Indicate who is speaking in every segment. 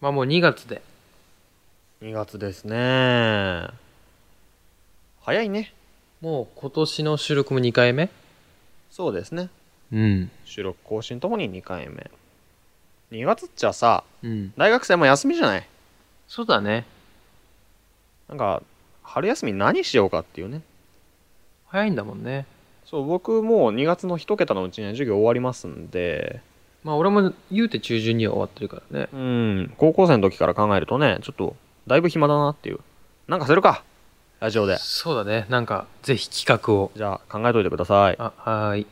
Speaker 1: まあもう2月で。
Speaker 2: 2月ですね早いね
Speaker 1: もう今年の収録も2回目
Speaker 2: そうですね
Speaker 1: うん。
Speaker 2: 収録更新ともに2回目2月っちゃさ
Speaker 1: うん。
Speaker 2: 大学生も休みじゃない
Speaker 1: そうだね。
Speaker 2: なんか春休み何しようかっていうね
Speaker 1: 早いんだもんね。
Speaker 2: そう僕もう2月の1桁のうちには授業終わりますんで
Speaker 1: まあ俺も言うて中旬には終わってるからね。
Speaker 2: うん高校生の時から考えるとねちょっとだいぶ暇だなっていうなんかするかラジオで
Speaker 1: そうだね。なんか、ぜひ企画を。
Speaker 2: じゃあ考えといてください
Speaker 1: あ、はーい。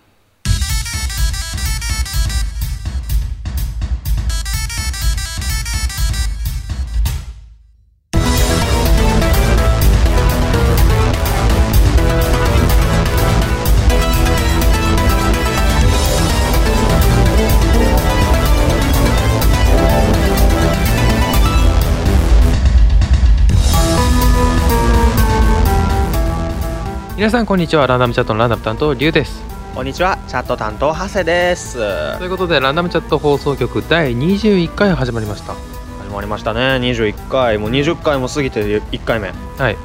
Speaker 1: 皆さんこんにちは。ランダムチャットのランダム担当、リュウです。
Speaker 2: こんにちはチャット担当長谷です
Speaker 1: ということで、ランダムチャット放送局第21回始まりました。
Speaker 2: 始まりましたね21回もう20回も過ぎて1回目
Speaker 1: はい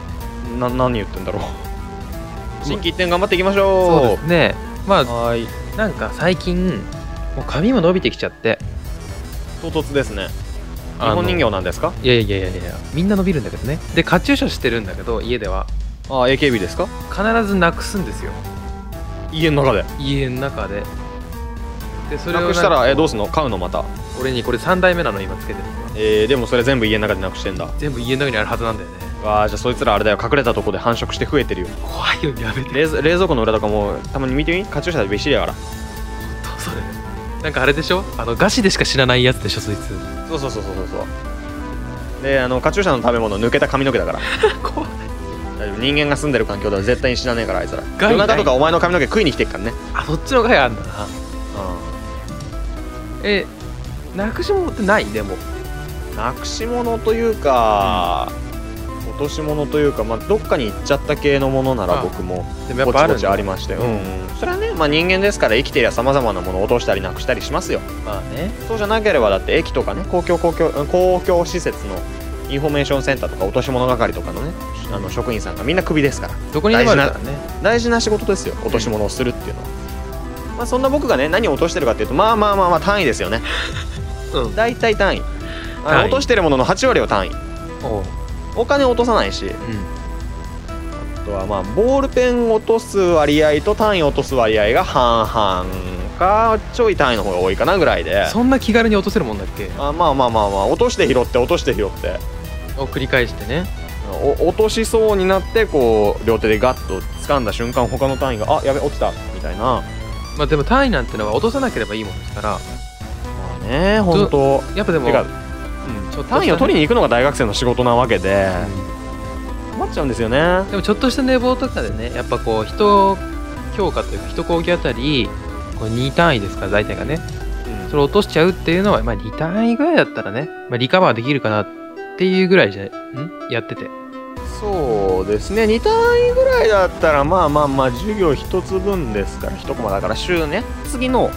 Speaker 2: な何言ってんだ ろう新規一点頑張っていきましょう
Speaker 1: すね。まあ、
Speaker 2: はーい
Speaker 1: なんか最近、もう髪も伸びてきちゃって。
Speaker 2: 唐突ですね日
Speaker 1: あの
Speaker 2: 本人形なんですか
Speaker 1: いやいやいやいやいや、みんな伸びるんだけどね。で、カチューシャしてるんだけど、家では。
Speaker 2: ああ AKB ですか
Speaker 1: 必ずなくすんですよ。
Speaker 2: 家の中で
Speaker 1: 家の中で。で、それを
Speaker 2: な
Speaker 1: なん
Speaker 2: く
Speaker 1: か
Speaker 2: したらえどうすんの買うのまた
Speaker 1: 俺にこれ3代目なの、今つけてるのは。
Speaker 2: えー、でもそれ全部家の中でなくしてんだ
Speaker 1: 全部家の中にあるはずなんだよね。
Speaker 2: わあじゃあそいつらあれだよ隠れたとこで繁殖して増えてるよ
Speaker 1: 怖いよ、やめて。
Speaker 2: 冷冷蔵庫の裏とかもたまに見てみカチューシャでびっしりやから
Speaker 1: それなんかあれでしょあのガチでしか知らないやつでしょそいつ
Speaker 2: そうそうそうそうそうそうであのカチューシャの食べ物抜けた髪の毛だから
Speaker 1: 怖い
Speaker 2: 大丈夫人間が住んでる環境では絶対に死なねえからあいつら
Speaker 1: 害
Speaker 2: 夜中とかお前の髪の毛食いに来てっからね
Speaker 1: あそっちの害あんだなえなくし物ってないでも
Speaker 2: なくし物というか、落とし物というか、まあ、どっかに行っちゃった系のものな
Speaker 1: あ
Speaker 2: ら僕も
Speaker 1: でもやっ
Speaker 2: ぼ
Speaker 1: ぱある
Speaker 2: ちぼ
Speaker 1: ん
Speaker 2: ち
Speaker 1: だ
Speaker 2: ありまして
Speaker 1: う
Speaker 2: うんん、それはね、まあ、人間ですから生きてりゃさまざまなものを落としたりなくしたりしますよ
Speaker 1: まあね
Speaker 2: そうじゃなければだって駅とかね公共公共うん公共施設のインフォメーションセンターとか落とし物係とかのねあの職員さんがみんなクビですから
Speaker 1: どこにでもあるからね
Speaker 2: 大事な仕事ですよ落とし物をするっていうのは、まあ、そんな僕がね何を落としてるかっていうとまあまあまあまあ単位ですよね
Speaker 1: うん
Speaker 2: 大体単位あの
Speaker 1: 単位
Speaker 2: 落としてるものの8割は単位
Speaker 1: おう
Speaker 2: お金落とさないし
Speaker 1: うん
Speaker 2: あとはまあボールペン落とす割合と単位落とす割合が半々かちょい単位の方が多いかなぐらいで
Speaker 1: そんな気軽に落とせるもんだっけ
Speaker 2: あまあまあまあまあ落として拾って落として拾って
Speaker 1: を繰り返してね
Speaker 2: お落としそうになってこう両手でガッと掴んだ瞬間他の単位が「あやべ落ちた」みたいな
Speaker 1: まあでも単位なんてのは落とさなければいいもんですから
Speaker 2: まあね本当
Speaker 1: やっぱでも
Speaker 2: てか
Speaker 1: ちょっとした
Speaker 2: 単位を取りに行くのが大学生の仕事なわけで
Speaker 1: うん
Speaker 2: 困っちゃうんですよね
Speaker 1: でもちょっとした寝坊とかでねやっぱこう人強化というか人講義あたりこう2単位ですから大体がねそれ落としちゃうっていうのは、まあ、2単位ぐらいだったらね、まあ、リカバーできるかなっていうぐらいじゃんやってて
Speaker 2: そうですね2単位ぐらいだったらまあまあまあ授業1つ分ですから1コマだから週ね次の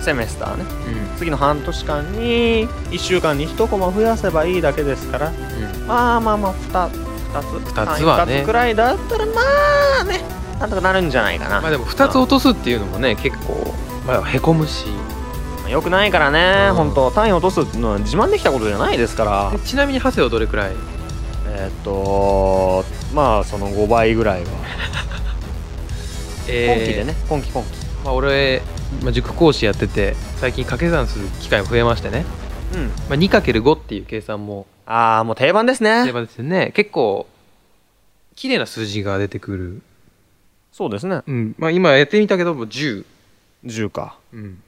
Speaker 2: セメスターね
Speaker 1: う
Speaker 2: 次の半年間に1週間に1コマ増やせばいいだけですから
Speaker 1: ん、うん、
Speaker 2: まあまあまあ 2, 2つ
Speaker 1: 二つはね
Speaker 2: 単位二つくらいだったらまあねなんとかなるんじゃないかな、
Speaker 1: まあでも2つ落とすっていうのもね結構、まあ、へこむし
Speaker 2: よくないからね、
Speaker 1: うん
Speaker 2: 本当単位落とすのは自慢できたことじゃないですから
Speaker 1: でちなみにハセはどれくらい
Speaker 2: えーっとまあその5倍ぐらいは、今期でね今期今期
Speaker 1: まあ、俺、まあ、塾講師やってて最近掛け算する機会も増えましてね、
Speaker 2: う
Speaker 1: ま
Speaker 2: ん
Speaker 1: あ、2×5 っていう計算も
Speaker 2: ああもう定番ですね
Speaker 1: 定番ですよね結構綺麗な数字が出てくる、
Speaker 2: そうですね
Speaker 1: うんまあ、今やってみたけども10、
Speaker 2: 10か
Speaker 1: うん、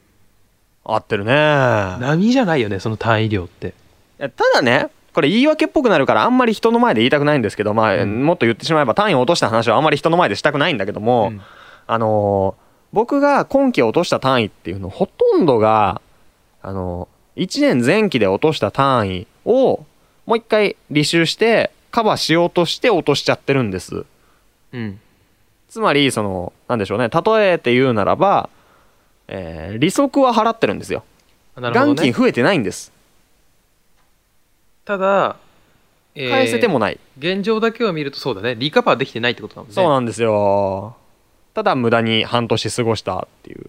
Speaker 2: 合ってるねいや
Speaker 1: 波じゃないよねその単位量って
Speaker 2: ただねこれ言い訳っぽくなるからあんまり人の前で言いたくないんですけどまあ、
Speaker 1: うん
Speaker 2: もっと言ってしまえば単位を落とした話はあんまり人の前でしたくないんだけども、
Speaker 1: うん
Speaker 2: あのー僕が今期落とした単位っていうのほとんどがあの1年前期で落とした単位をもう一回履修してカバーしようとして落としちゃってるんです
Speaker 1: うん
Speaker 2: つまりそのなんでしょうね例えて言うならば、えー利息は払ってるんですよ
Speaker 1: あなるほど
Speaker 2: 元
Speaker 1: ね
Speaker 2: 金増えてないんです
Speaker 1: ただ、えー
Speaker 2: 返せてもない、
Speaker 1: 現状だけを見るとそうだねリカバーできてないってことだもんね
Speaker 2: そうなんですよただ無駄に半年過ごしたっていう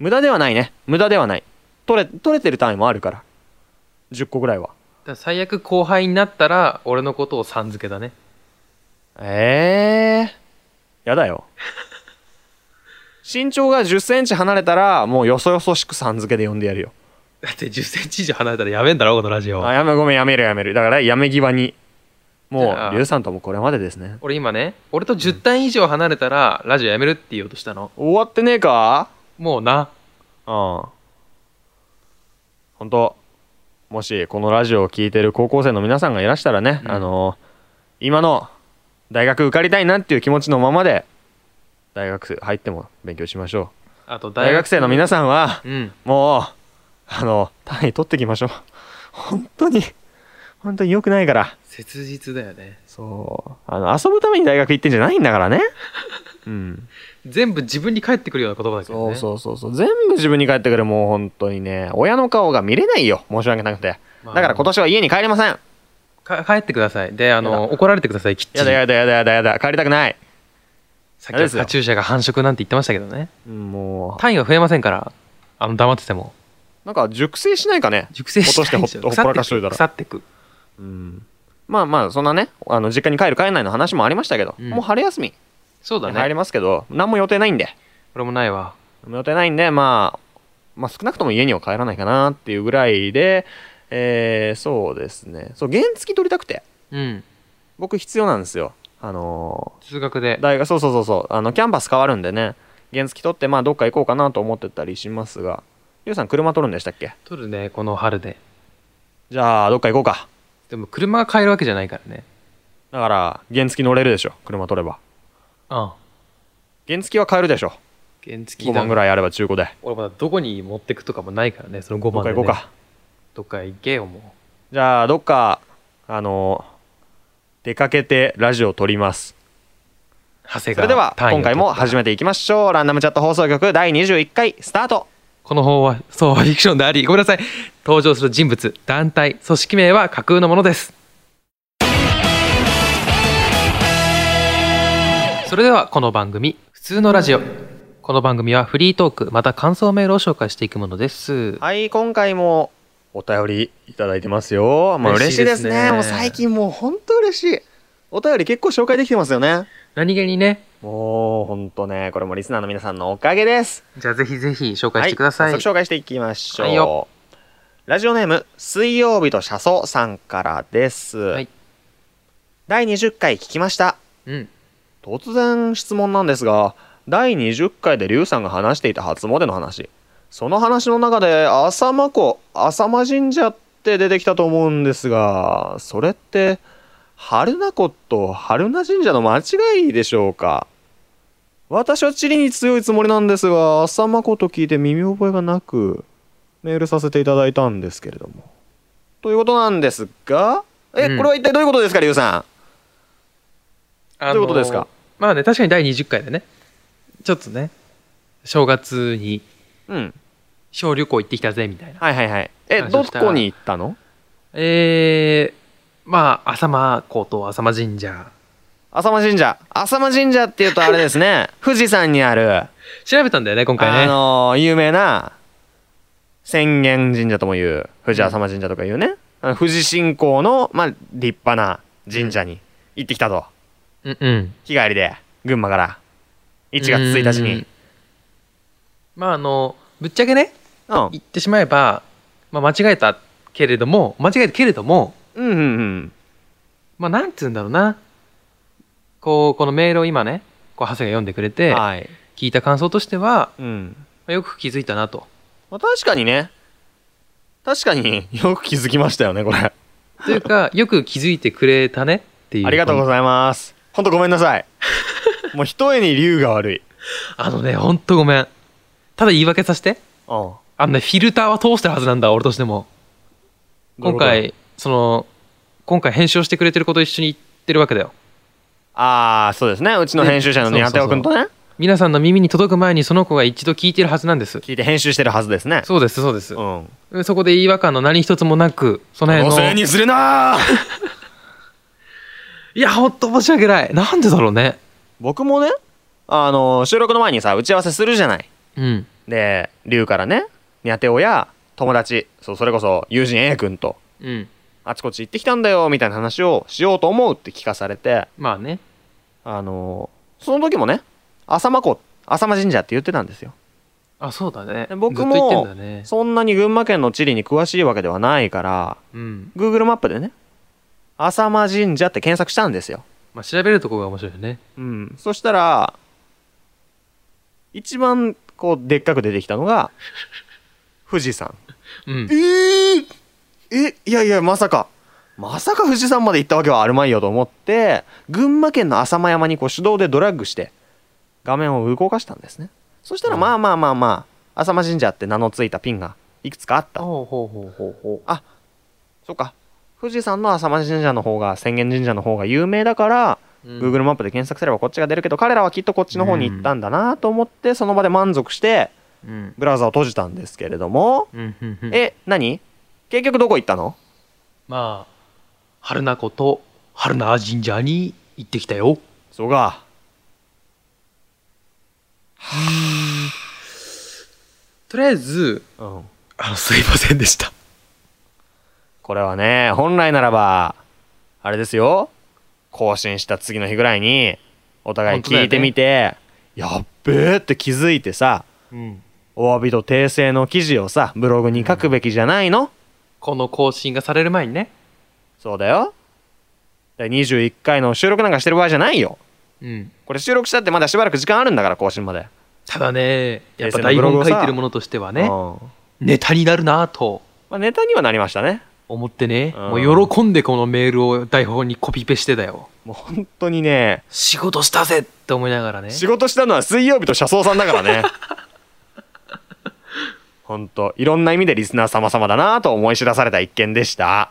Speaker 2: 無駄ではないね無駄ではない取れ取れてる単位もあるから10個ぐらいは
Speaker 1: だから最悪後輩になったら俺のことをさん付けだね
Speaker 2: ええや だよ身長が1 0センチ離れたらもうよそよそしくさん付けで呼んでやるよ
Speaker 1: だって1 0ンチ以上離れたらやべんだろこのラジオ
Speaker 2: あやめごめんやめるやめるだからやめ際に
Speaker 1: じ
Speaker 2: も
Speaker 1: ゃあ
Speaker 2: うリュウさんともこれまでですね
Speaker 1: 俺今ね俺と10単位以上離れたらラジオやめるって言おうとしたの
Speaker 2: 終わってねえか
Speaker 1: もうな
Speaker 2: うん本当もしこのラジオを聞いてる高校生の皆さんがいらしたらね、
Speaker 1: うん
Speaker 2: あの今の大学受かりたいなっていう気持ちのままで大学入っても勉強しましょ
Speaker 1: あと
Speaker 2: う大学生の皆さんは
Speaker 1: うん
Speaker 2: もうあの単位取ってきましょう本当に本当に良くないから
Speaker 1: 切実だよね
Speaker 2: そうあの遊ぶために大学行ってんじゃないんだ からねうん
Speaker 1: 全部自分に返ってくるような言葉だけど
Speaker 2: そ
Speaker 1: ね
Speaker 2: うそうそうそう全部自分に返ってくるもう本当にね親の顔が見れないよ申し訳なくて
Speaker 1: まあ
Speaker 2: だから今年は家に帰りませんや
Speaker 1: か帰ってくださいであ
Speaker 2: やだ
Speaker 1: の怒られてくださいきっちり
Speaker 2: だやだやだやだやだ帰りたくない、
Speaker 1: さっき
Speaker 2: あれ
Speaker 1: は
Speaker 2: ですよ
Speaker 1: カチューシャが繁殖なんて言ってましたけどね
Speaker 2: うんも
Speaker 1: 単位は増えませんからあの黙ってても
Speaker 2: うなんか熟成しないかね
Speaker 1: 熟成 しないんですよ
Speaker 2: 落としてほっほっぽらかしといたら
Speaker 1: 腐ってく
Speaker 2: うんまあまあそんなねあの実家に帰る帰らないの話もありましたけど、
Speaker 1: うん
Speaker 2: もう春休み
Speaker 1: そうだ
Speaker 2: に入り
Speaker 1: ね
Speaker 2: ますけど何も予定ないんで
Speaker 1: 俺もないわ
Speaker 2: 予定ないんで、まあ、まあ少なくとも家には帰らないかなっていうぐらいで、えーそうですねそう原付取りたくて
Speaker 1: うん
Speaker 2: 僕必要なんですよあの
Speaker 1: 通学
Speaker 2: ー
Speaker 1: で
Speaker 2: 大学そうそうそうそうあのキャンパス変わるんでね原付取ってまあどっか行こうかなと思ってたりしますがゆうさん車取るんでしたっけ
Speaker 1: 取るねこの春で
Speaker 2: じゃあどっか行こうか
Speaker 1: でも車が買えるわけじゃないからね
Speaker 2: だから原付乗れるでしょ車取れば
Speaker 1: うん
Speaker 2: 原付は買えるでしょ
Speaker 1: 原付
Speaker 2: 5万ぐ
Speaker 1: らい
Speaker 2: らいあれば中古で
Speaker 1: 俺まだどこに持ってくとかもないからねその5
Speaker 2: どっ
Speaker 1: 万
Speaker 2: か
Speaker 1: で、
Speaker 2: 行
Speaker 1: ね、
Speaker 2: こうか
Speaker 1: どっか行けよも
Speaker 2: じゃあどっかあのー出かけてラジオ撮ります
Speaker 1: う長谷
Speaker 2: そ
Speaker 1: 川
Speaker 2: れでは
Speaker 1: 単位を
Speaker 2: 今回も始めていきましょうランダムチャット放送局第21回スタート
Speaker 1: この方はそうフィクションでありごめんなさい登場する人物団体組織名は架空のものですそれではこの番組「普通のラジオ」この番組はフリートークまた感想メールを紹介していくものです
Speaker 2: はい今回もお便りいただいてますよもう嬉しいで
Speaker 1: 嬉し
Speaker 2: すね
Speaker 1: いですね
Speaker 2: もう最近もう本当嬉しいお便り結構紹介できてますよね
Speaker 1: 何気にね
Speaker 2: もう本当ねこれもリスナーの皆さんのおかげです
Speaker 1: じゃあぜひぜひ紹介してください、
Speaker 2: はい、早速紹介していきましょう、
Speaker 1: はいよ
Speaker 2: ラジオネーム水曜日と車窓さんからです、
Speaker 1: はい
Speaker 2: 第20回聞きました
Speaker 1: うん
Speaker 2: 突然質問なんですが第20回で龍さんが話していた初詣の話その話の中で浅間湖浅間神社って出てきたと思うんですがそれって春名湖と春名神社の間違いでしょうか私は地理に強いつもりなんですが浅間湖と聞いて耳覚えがなくメールさせていただいたんですけれどもということなんですがえ、
Speaker 1: うん
Speaker 2: これは一体どういうことですか龍さん
Speaker 1: あの
Speaker 2: どういうことですか
Speaker 1: まあね確かに第20回でねちょっとね正月に
Speaker 2: うん
Speaker 1: 小旅行行ってきたぜみたいな
Speaker 2: はいはいはい。え、
Speaker 1: あ
Speaker 2: ど
Speaker 1: そしたら
Speaker 2: こに行ったの
Speaker 1: えー、まあ浅間高等浅間神社
Speaker 2: 浅間神社。浅間神社っていうとあれです ね、富士山にある、
Speaker 1: 調べたんだよね今回ね
Speaker 2: あのー有名な、浅間神社とも言う、富士浅間神社とか言うね、あの富士信仰の、まあ、立派な神社に行ってきたと。
Speaker 1: うんうん
Speaker 2: 日帰りで、群馬から。1月1日
Speaker 1: うん
Speaker 2: に。
Speaker 1: まああのぶっちゃけね
Speaker 2: うん。
Speaker 1: 言ってしまえば、まあ、間違えたけれども間違えたけれども
Speaker 2: うんうんうん。
Speaker 1: まあなんつうんだろうなこうこのメールを今ねこう長谷が読んでくれて
Speaker 2: はい。
Speaker 1: 聞いた感想としては、
Speaker 2: うん。
Speaker 1: まあよく気づいたなと
Speaker 2: まあ、確かにね、確かによく気づきましたよね、これ。
Speaker 1: という かよく気づいてくれたねっていう
Speaker 2: ありがとうございます。ほんとごめんなさ い。もう一重に竜が悪い。
Speaker 1: あのねほんとごめんただ言い訳させて
Speaker 2: うん。
Speaker 1: あのねフィルターは通してるはずなんだ俺としても今回その今回編集をしてくれてる子と一緒に行ってるわけだよ
Speaker 2: ああそうですねうちの編集者の
Speaker 1: で
Speaker 2: ニャテオくんとね
Speaker 1: 皆さんの耳に届く前にその子が一度聞いてるはずなんです
Speaker 2: 聞いて編集してるはずですね
Speaker 1: そうですそうです
Speaker 2: うん
Speaker 1: そこで違和感の何一つもなくその辺
Speaker 2: 路線
Speaker 1: の
Speaker 2: にするな
Speaker 1: いやほんと申し訳ないなんでだろうね
Speaker 2: 僕もねあの収録の前にさ打ち合わせするじゃない
Speaker 1: うん
Speaker 2: で龍からねニャテオや友達そうそれこそ友人 A 君と
Speaker 1: うん
Speaker 2: あちこち行ってきたんだよみたいな話をしようと思うって聞かされて
Speaker 1: まあね
Speaker 2: あのその時もね浅間湖浅間神社って言ってたんですよ
Speaker 1: あそうだね
Speaker 2: 僕も
Speaker 1: ずっと言ってんだね
Speaker 2: そんなに群馬県の地理に詳しいわけではないから
Speaker 1: うん
Speaker 2: Google マップでね浅間神社って検索したんですよ
Speaker 1: まあ調べるとこが面白いよね
Speaker 2: うん、そしたら一番こうでっかく出てきたのが富士山
Speaker 1: うん
Speaker 2: えー、えいやいやまさかまさか富士山まで行ったわけはあるまいよと思って群馬県の浅間山にこう手動でドラッグして画面を動かしたんですねそしたら
Speaker 1: うん
Speaker 2: まあまあまあまあ浅間神社って名の付いたピンがいくつかあった
Speaker 1: ほうほうほうほうほ
Speaker 2: そっか富士山の浅間神社の方が浅間神社の方が有名だから
Speaker 1: う、
Speaker 2: Google マップで検索すればこっちが出るけど彼らはきっとこっちの方に行ったんだなと思ってその場で満足して
Speaker 1: うん
Speaker 2: ブラウザを閉じたんですけれども
Speaker 1: うんうんうん
Speaker 2: え何結局どこ行ったの
Speaker 1: まあ春名湖と春名神社に行ってきたよ
Speaker 2: そうか
Speaker 1: とりあえず
Speaker 2: うん
Speaker 1: あのすいませんでした
Speaker 2: これはね本来ならばあれですよ更新した次の日ぐらいにお互い聞いてみて、やっべーって気づいてさ
Speaker 1: うん
Speaker 2: お詫びと訂正の記事をさブログに書くべきじゃないの、
Speaker 1: この更新がされる前にね
Speaker 2: そうだよだから21回の収録なんかしてる場合じゃないよ
Speaker 1: うん
Speaker 2: これ収録したってまだしばらく時間あるんだから更新まで、
Speaker 1: ただねやっぱ
Speaker 2: 平成
Speaker 1: 台
Speaker 2: のブログ
Speaker 1: 本
Speaker 2: を
Speaker 1: 書
Speaker 2: さ
Speaker 1: いてるものとしては
Speaker 2: うん
Speaker 1: ね
Speaker 2: ま
Speaker 1: ネタになるなぁと
Speaker 2: あ、ネタにはなりましたね
Speaker 1: 思ってねも
Speaker 2: うん
Speaker 1: う喜んでこのメールを台本にコピペしてだよ
Speaker 2: もう本当にね
Speaker 1: 仕事したぜって思いながらね
Speaker 2: 仕事したのは水曜日と車窓さんだか らね本当いろんな意味でリスナー様様だなと思い知らされた一件でした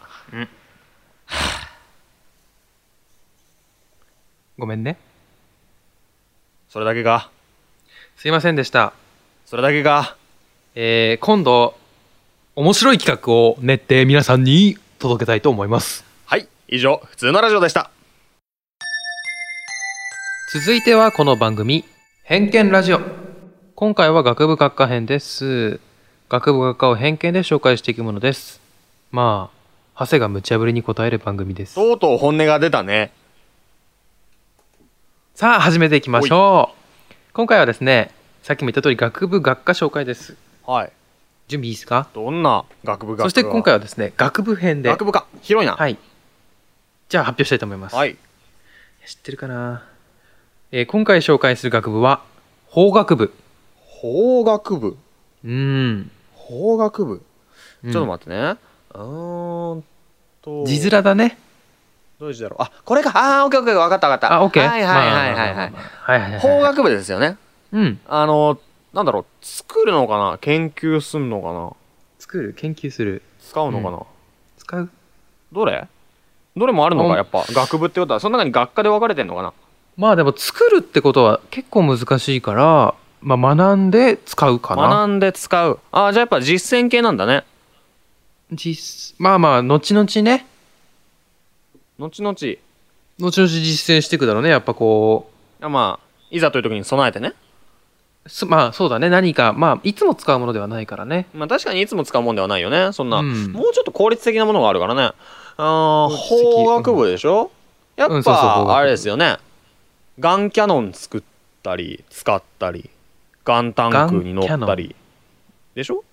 Speaker 1: ごめんね
Speaker 2: それだけか
Speaker 1: すいませんでした
Speaker 2: それだけか
Speaker 1: えー、今度面白い企画を練って皆さんに届けたいと思います
Speaker 2: はい以上普通のラジオでした
Speaker 1: 続いてはこの番組「偏見ラジオ」今回は学部学科編です学部学科を偏見で紹介していくものですまあハセが無茶ぶりに答える番組です
Speaker 2: とうとう本音が出たね
Speaker 1: さあ始めていきましょう今回はですねさっきも言った通り学部学科紹介です
Speaker 2: はい
Speaker 1: 準備いいですか
Speaker 2: どんな学部が
Speaker 1: そして今回はですね学部編で
Speaker 2: 学部か広いな
Speaker 1: はいじゃあ発表したいと思います、
Speaker 2: はい
Speaker 1: 知ってるかな、えー今回紹介する学部は法学部
Speaker 2: 法学部
Speaker 1: うん
Speaker 2: 法学部
Speaker 1: ちょ
Speaker 2: ちょっと待ってね。うーんと。
Speaker 1: 字面だね
Speaker 2: どういう字だろう。あ、これか。ああ、オッケーオッケー、わかったわかった。
Speaker 1: あ、オッケー。
Speaker 2: はいはいはいはいはい
Speaker 1: ま。あまあまあまあはいはいはい。
Speaker 2: 法学部ですよね。
Speaker 1: うん。
Speaker 2: あの、なんだろう、作るのかな研究すんのかな
Speaker 1: 作る、研究する、
Speaker 2: 使うのかな、
Speaker 1: 使う。
Speaker 2: どれどれもあるの
Speaker 1: うん
Speaker 2: か、やっぱ。学部ってことは、その中に学科で分かれてんのかな
Speaker 1: まあでも作るってことは結構難しいから、まあ学んで使うかな。
Speaker 2: 学んで使う。ああ、じゃあやっぱ実践系なんだね。
Speaker 1: 実、まあまあ、後々ね、
Speaker 2: 後々、い
Speaker 1: 後々実践していくだろうね。やっぱこ
Speaker 2: やまあ、いざという時に備えてね。
Speaker 1: う、すまあそうだね。何か、まあいつも使うものではないからね。
Speaker 2: まあ確かにいつも使うもんではないよね。そんな、
Speaker 1: うん
Speaker 2: もうちょっと効率的なものがあるからね。あー
Speaker 1: 効率的
Speaker 2: 法学部でしょやっぱ、
Speaker 1: うんそうそう法学部
Speaker 2: あれですよね。ガンキャノン作ったり、使ったり、ガンタンクに乗
Speaker 1: ガンキ
Speaker 2: っ
Speaker 1: ャノ
Speaker 2: た
Speaker 1: ン
Speaker 2: り。でしょ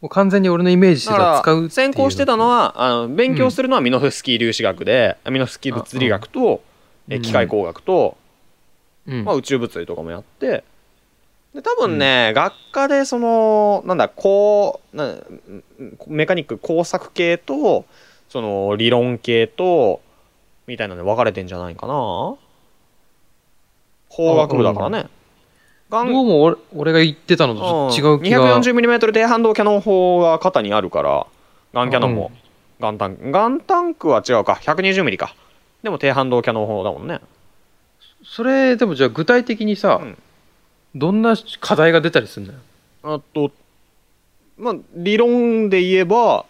Speaker 1: もう完全に俺のイメージして
Speaker 2: だ
Speaker 1: た使
Speaker 2: か
Speaker 1: う
Speaker 2: ら専攻してたのはあの勉強するのはミノフスキー粒子学で、あミノフスキー物理学と、
Speaker 1: うん
Speaker 2: え機械工学と、
Speaker 1: うん、
Speaker 2: まあ、宇宙物理とかもやってで多分ね、学科でそのなんだこうなんメカニック工作系とその理論系とみたいなので分かれてんじゃないかな工学部だからね。ガ
Speaker 1: どうも俺俺が言ってたのとちょっと違う気が。
Speaker 2: 240mm 低反動キャノン砲が肩にあるからガンキャノンも、ガンタンクガンタンクは違うか 120mm かでも低反動キャノン砲だもんね
Speaker 1: それでもじゃあ具体的にさ、
Speaker 2: うん
Speaker 1: どんな課題が出たりするのよ。
Speaker 2: あと、まあ、理論で言えば、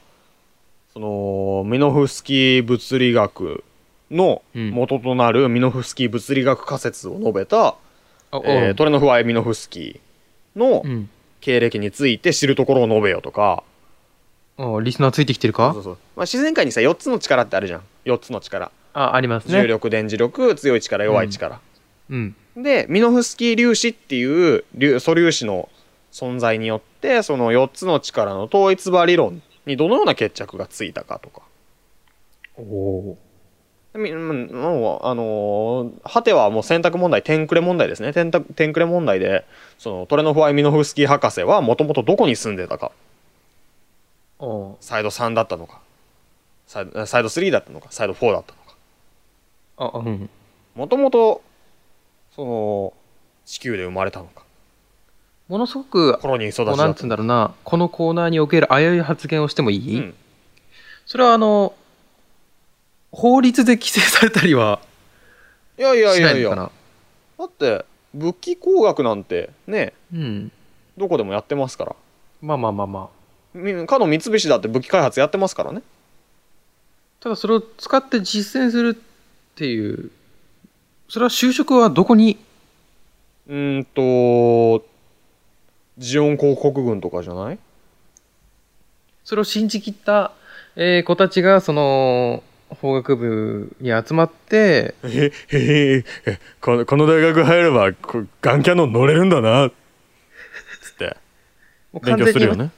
Speaker 2: その、ミノフスキー物理学の
Speaker 1: うん
Speaker 2: 元となるミノフスキー物理学仮説を述べた、
Speaker 1: あ
Speaker 2: えートレノフワイ・ミノフスキーの
Speaker 1: うん。
Speaker 2: 経歴について知るところを述べよとか、
Speaker 1: おリスナーついてきてるか
Speaker 2: そうそうまあ、自然界にさ、4つの力ってあるじゃん。4つの力。
Speaker 1: あ、あります
Speaker 2: 重
Speaker 1: ね。
Speaker 2: 力、電磁力、強い力、弱い力。
Speaker 1: うん。
Speaker 2: でミノフスキー粒子っていう粒素粒子の存在によってその4つの力の統一場理論にどのような決着がついたかとか。
Speaker 1: おお。
Speaker 2: みうんもうあのー果てはもう選択問題天クレ問題ですね天た天クレ問題でそのトレノフワイ・ミノフスキー博士はもともとどこに住んでたか
Speaker 1: おー
Speaker 2: サイド3だったのかサイドサイド3だったのかサイド4だったのか
Speaker 1: あ、うん。
Speaker 2: もともとその地球で生まれたのか
Speaker 1: ものすごく、
Speaker 2: コロニー育ちだ
Speaker 1: こう
Speaker 2: った
Speaker 1: な
Speaker 2: の
Speaker 1: んつ
Speaker 2: か
Speaker 1: うんだろうな、このコーナーにおける危うい発言をしてもいい、
Speaker 2: うん
Speaker 1: それはあの、法律で規制されたりはい
Speaker 2: やいやい
Speaker 1: しな
Speaker 2: やい
Speaker 1: いの
Speaker 2: や
Speaker 1: かな。
Speaker 2: だって武器工学なんてね
Speaker 1: うん。
Speaker 2: どこでもやってますから
Speaker 1: まあまあまあまあ。
Speaker 2: みかの三菱だって武器開発やってますからね
Speaker 1: ただそれを使って実践するっていう、それは就職はどこに
Speaker 2: うーんとジオン広告軍とかじゃない
Speaker 1: それを信じきった、えー子たちがその法学部に集まって
Speaker 2: へへへこのこの大学入ればガンキャノン乗れるんだなつって
Speaker 1: もう完全に
Speaker 2: ね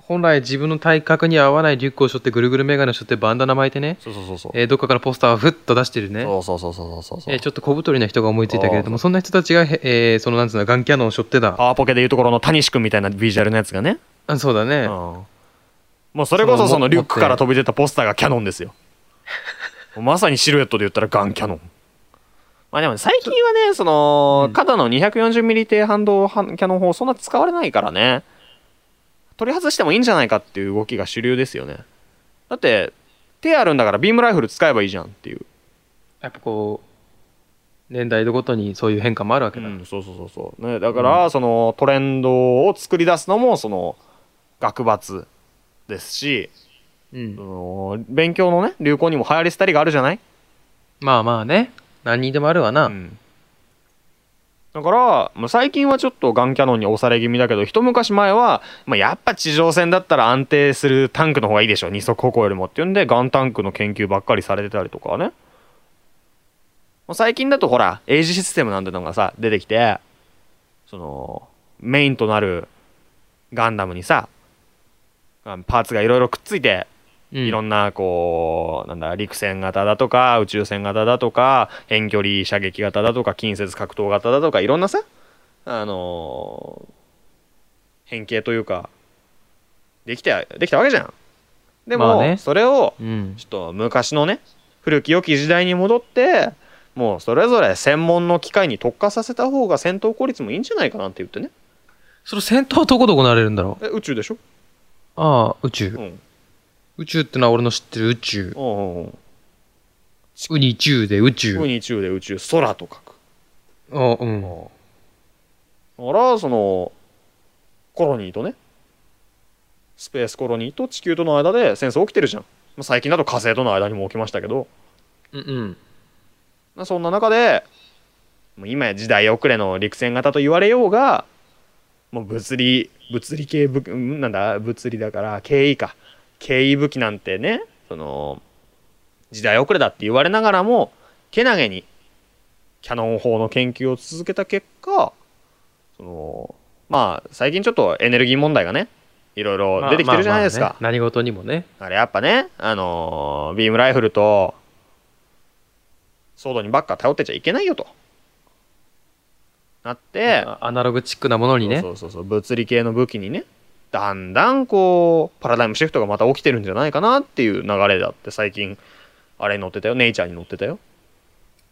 Speaker 1: 本来自分の体格に合わないリュックを背負ってぐるぐるメガネを背負ってバンダナ巻いてね、
Speaker 2: そうそうそうそう
Speaker 1: えーどっかからポスターをふっと出してるね、
Speaker 2: そうそうそうそうそうそう
Speaker 1: えーちょっと小太りな人が思いついたけれどもそんな人たちが、へえーそのなんつうのガンキャノンを背負ってだ
Speaker 2: パワーポケでいうところの谷志くんみたいなビジュアルのやつがね、
Speaker 1: あそうだね、
Speaker 2: うん、もうそれこ
Speaker 1: そ
Speaker 2: そそ
Speaker 1: の
Speaker 2: の
Speaker 1: も
Speaker 2: リュックから飛び出たポスターがキャノンです よまさにシルエットで言ったらガンキャノンまあでも最近はねその
Speaker 1: うん
Speaker 2: 肩の 240mm 低反動はキャノン砲そんな使われないからね取り外してもいいんじゃないかっていう動きが主流ですよねだって手あるんだからビームライフル使えばいいじゃんっていう、
Speaker 1: やっぱこう年代ごとにそういう変化もあるわけだ、
Speaker 2: そうそうそうそう、ね、だからそのトレンドを作り出すのもその学抜ですし
Speaker 1: うん
Speaker 2: その勉強のね流行にも流行り廃りがあるじゃない、
Speaker 1: まあまあね何にでもあるわな、
Speaker 2: だからまあ最近はちょっとガンキャノンに押され気味だけど一昔前は、まあ、やっぱ地上戦だったら安定するタンクの方がいいでしょ二足歩行よりもっていうんでガンタンクの研究ばっかりされてたりとかねもう最近だとほらエイジシステムなんてのがさ出てきてそのメインとなるガンダムにさあのパーツがいろいろくっついて
Speaker 1: うん
Speaker 2: いろんなこうなんだ陸戦型だとか宇宙船型だとか遠距離射撃型だとか近接格闘型だとかいろんなさあのー変形というかできてできたわけじゃん。でも、
Speaker 1: まあね
Speaker 2: それを
Speaker 1: うん
Speaker 2: ちょっと昔のね古き良き時代に戻ってもうそれぞれ専門の機械に特化させた方が戦闘効率もいいんじゃないかなって言ってね
Speaker 1: その戦闘はどこどこなれるんだろう
Speaker 2: え宇宙でしょ、
Speaker 1: ああ宇宙、
Speaker 2: うん
Speaker 1: 宇宙ってのは俺の知ってる宇宙
Speaker 2: うんうんうん、
Speaker 1: ウニ宙で宇宙
Speaker 2: 宇に宙で宇宙空と書く
Speaker 1: あうん
Speaker 2: だからそのコロニーとねスペースコロニーと地球との間で戦争起きてるじゃんまあ最近だと火星との間にも起きましたけど
Speaker 1: うんうん
Speaker 2: まあそんな中でもう今や時代遅れの陸戦型と言われようがもう物理物理系武うんなんだ物理だから経緯か経緯武器なんてねその時代遅れだって言われながらもけなげにキャノン砲の研究を続けた結果そのまあ最近ちょっとエネルギー問題がねいろいろ出てきてるじゃないですか、
Speaker 1: まあまあまあね何事にもね
Speaker 2: あれやっぱね、あのービームライフルと、ソードにばっか頼ってちゃいけないよと。なって、
Speaker 1: あアナログチックなものにね
Speaker 2: そうそうそうそう、物理系の武器にね、だんだんこう、パラダイムシフトがまた起きてるんじゃないかなっていう流れだって、最近、あれに乗ってたよ、ネイチャーに乗ってたよ。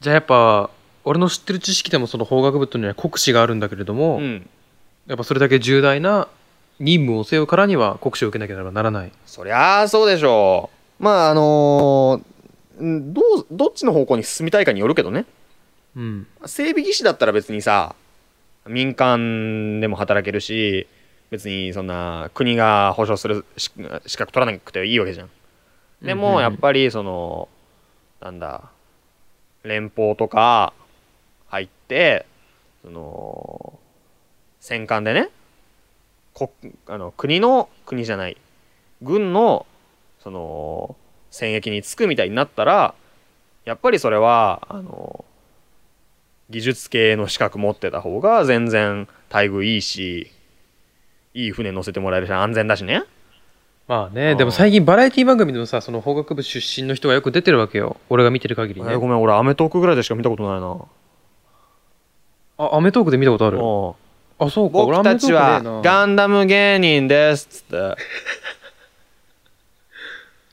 Speaker 1: じゃあやっぱ俺の知ってる知識でもその法学部というのは国史があるんだけれども、
Speaker 2: うん。
Speaker 1: やっぱそれだけ重大な任務を背負うからには国史を受けなければならない
Speaker 2: そりゃあそうでしょう。まあ、あのーうんどう、どっちの方向に進みたいかによるけどね。
Speaker 1: うん
Speaker 2: 整備技師だったら別にさ民間でも働けるし別にそんな国が保障するし資格取らなくていいわけじゃん。で
Speaker 1: うんうんう
Speaker 2: も
Speaker 1: ん
Speaker 2: やっぱりそのなんだ連邦とか入ってその戦艦でねこあの国の国じゃない軍のその戦役に就くみたいになったらやっぱりそれはあの技術系の資格持ってた方が全然待遇いいしいい船乗せてもらえるし安全だしね。
Speaker 1: まあ
Speaker 2: う
Speaker 1: ね
Speaker 2: ん
Speaker 1: でも最近バラエティ番組でもさその法学部出身の人がよく出てるわけよ俺が見てる限り
Speaker 2: えー
Speaker 1: ね
Speaker 2: ごめん俺アメトークぐらいでしか見たことないな。
Speaker 1: あアメトークで見たことある
Speaker 2: うん
Speaker 1: あそうか俺
Speaker 2: 僕
Speaker 1: アメトー
Speaker 2: たち
Speaker 1: ク
Speaker 2: は
Speaker 1: ねえな
Speaker 2: ガンダム芸人ですっつって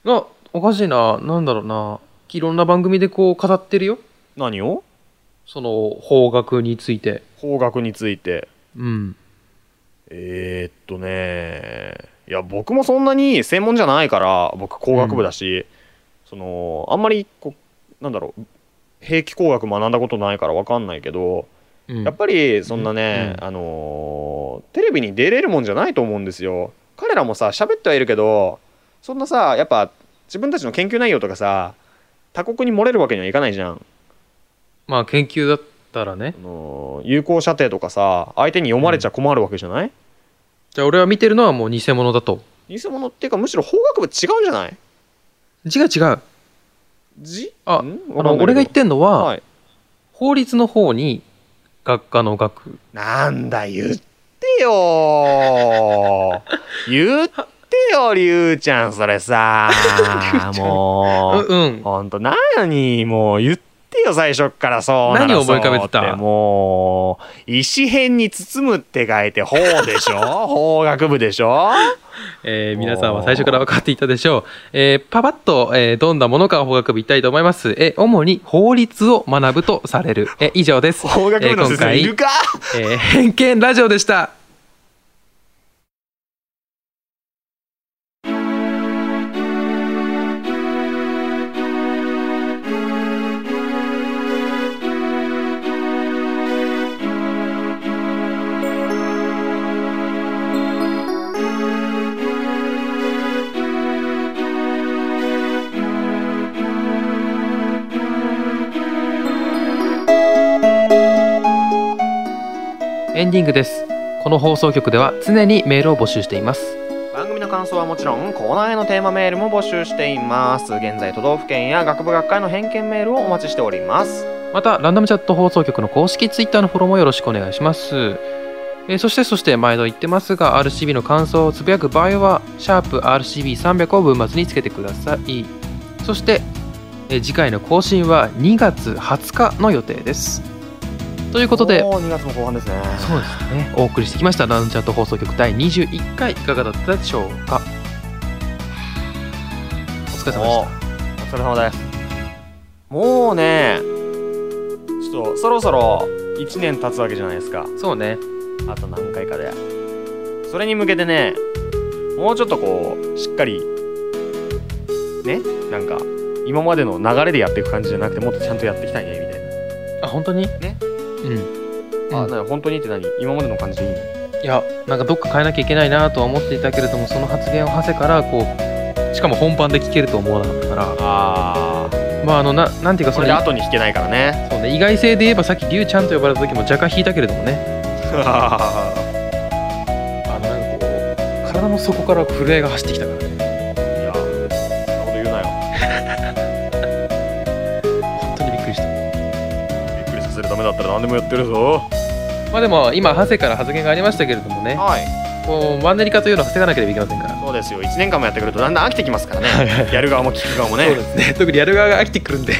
Speaker 1: なおかしいななんだろうないろんな番組でこう語ってるよ
Speaker 2: 何を
Speaker 1: その法学について
Speaker 2: 方角について
Speaker 1: うん
Speaker 2: えー、っとねいや僕もそんなに専門じゃないから僕工学部だし、そのあんまりこうなんだろう兵器工学学んだことないから分かんないけど
Speaker 1: うん
Speaker 2: やっぱりそんなね、
Speaker 1: うん
Speaker 2: あのーテレビに出れるもんじゃないと思うんですよ彼らもさ喋ってはいるけどそんなさやっぱ自分たちの研究内容とかさ他国に漏れるわけにはいかないじゃん
Speaker 1: まあ研究だったらね
Speaker 2: あのー有効射程とかさ相手に読まれちゃ困るわけじゃない、
Speaker 1: じゃあ俺は見てるのはもう偽物だと
Speaker 2: 偽物っていうかむしろ法学部違うんじゃない
Speaker 1: 違う違う
Speaker 2: じ
Speaker 1: ああ
Speaker 2: んわか
Speaker 1: の
Speaker 2: んないけど
Speaker 1: 俺が言ってんのは、
Speaker 2: はい
Speaker 1: 法律の方に学科の学
Speaker 2: なんだ言ってよ ー言ってよりゅうちゃんそれさ
Speaker 1: うちゃんう
Speaker 2: もうんほんと何もう言ってよ最初っからそうなら
Speaker 1: 何を思い浮かべてた
Speaker 2: そうってもう石片に包むって書いて法でし ょ法学部でしょ
Speaker 1: えー皆さんは最初から分かっていたでしょう、えーパパッと、えーどんなものかを法学部言いたいと思います、えー主に法律を学ぶとされる、えー以上です、
Speaker 2: 法学部の先
Speaker 1: えー今
Speaker 2: 生
Speaker 1: 回
Speaker 2: いるか、
Speaker 1: えー偏見ラジオでしたエンディングですこの放送局では常にメールを募集しています
Speaker 2: 番組の感想はもちろんコーナーへのテーマメールも募集しています現在都道府県や学部学会の偏見メールをお待ちしております
Speaker 1: またランダムチャット放送局の公式ツイッターのフォローもよろしくお願いします、えーそしてそして毎度言ってますが RCB の感想をつぶやく場合は「シャープ #RCB300」を文末につけてくださいそして、えー次回の更新は2月20日の予定ですということで
Speaker 2: もう2月も後半ですね
Speaker 1: そうですねお送りしてきましたランダムチャット放送局第21回いかがだったでしょうかお疲れ様で
Speaker 2: もう
Speaker 1: し
Speaker 2: お疲れ様ですもうねちょっとそろそろ1年経つわけじゃないですか
Speaker 1: たそうね
Speaker 2: あと何回かでそれに向けてねもうちょっとこうしっかりねなんか今までの流れでやっていく感じじゃなくてもっとちゃんとやっていきたいねみたい
Speaker 1: あ
Speaker 2: な
Speaker 1: 本当に
Speaker 2: ね
Speaker 1: うん
Speaker 2: あな本当にって何今までの感じでいいの
Speaker 1: いやなんかどっか変えなきゃいけないなとは思っていたけれどもその発言をはせからこうしかも本番で聞けると思わなかったか
Speaker 2: ああ
Speaker 1: らまああのななんていうかそ
Speaker 2: これ
Speaker 1: の
Speaker 2: で後に引けないからね
Speaker 1: そうね、意外性で言えばさっき龍ちゃんと呼ばれた時も若干引いたけれどもね
Speaker 2: い
Speaker 1: あのなんかこう体の底から震えが走ってきたからね
Speaker 2: やそんなこと言うなよ
Speaker 1: 本当にびっくりした
Speaker 2: びっくりさせるためだったら何でもやってるぞ
Speaker 1: まあでも今ハセから発言がありましたけれどもね
Speaker 2: はい
Speaker 1: こうマンネリ化というのは防がなければいけませんから
Speaker 2: そうですよ1年間もやってくるとだんだん飽きてきますからね
Speaker 1: いはい
Speaker 2: やる側も聞く側もね
Speaker 1: そうですね特にやる側が飽きてくるんで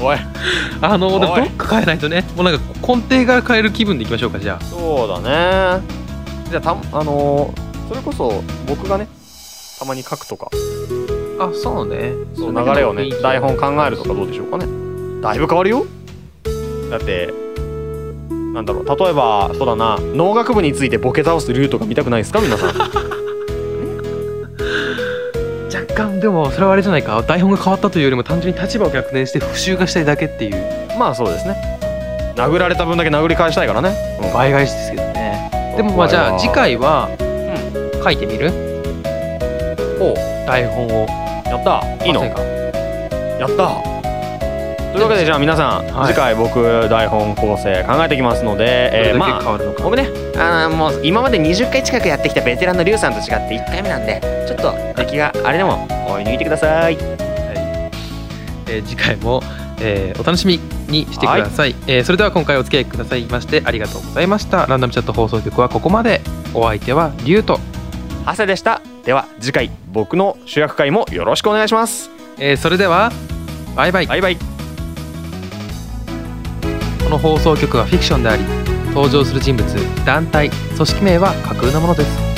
Speaker 2: おい
Speaker 1: あのでも
Speaker 2: おい
Speaker 1: どっか変えないとねもうなんか根底から変える気分でいきましょうかじゃあ
Speaker 2: そうだねじゃあたあのーそれこそ僕がねたまに書くとか
Speaker 1: あそうね
Speaker 2: そう流れをね台本考えるとかどうでしょうかねだいぶ変わるよだってなんだろう例えばそうだな農学部についてボケ倒すルートが見たくないですか皆さん
Speaker 1: 若干でもそれはあれじゃないか台本が変わったというよりも単純に立場を逆転して復習がしたいだけっていう
Speaker 2: まあそうですね殴られた分だけ殴り返したいからね、うん
Speaker 1: 倍返しですけどねでもまあじゃあ次回は書いてみる
Speaker 2: おう
Speaker 1: 台本を
Speaker 2: やったいいの
Speaker 1: 汗が
Speaker 2: やったというわけでじゃあ皆さん、
Speaker 1: はい
Speaker 2: 次回僕台本構成考えてきますので、え
Speaker 1: どれだ
Speaker 2: ーま
Speaker 1: け
Speaker 2: あ
Speaker 1: 変わるのか、
Speaker 2: 僕ねあーもう今まで20回近くやってきたベテランのリュウさんと違って1回目なんでちょっと出来があれでも追い抜いてください
Speaker 1: えー次回も、えーお楽しみにしてください、えーそれでは今回お付き合いくださいましてありがとうございましたランダムチャット放送局はここまでお相手はリュウと、
Speaker 2: 汗でしたでは次回僕の主役会もよろしくお願いします
Speaker 1: えーそれではバイバイ
Speaker 2: バイバイ
Speaker 1: この放送局はフィクションであり登場する人物団体組織名は架空のものです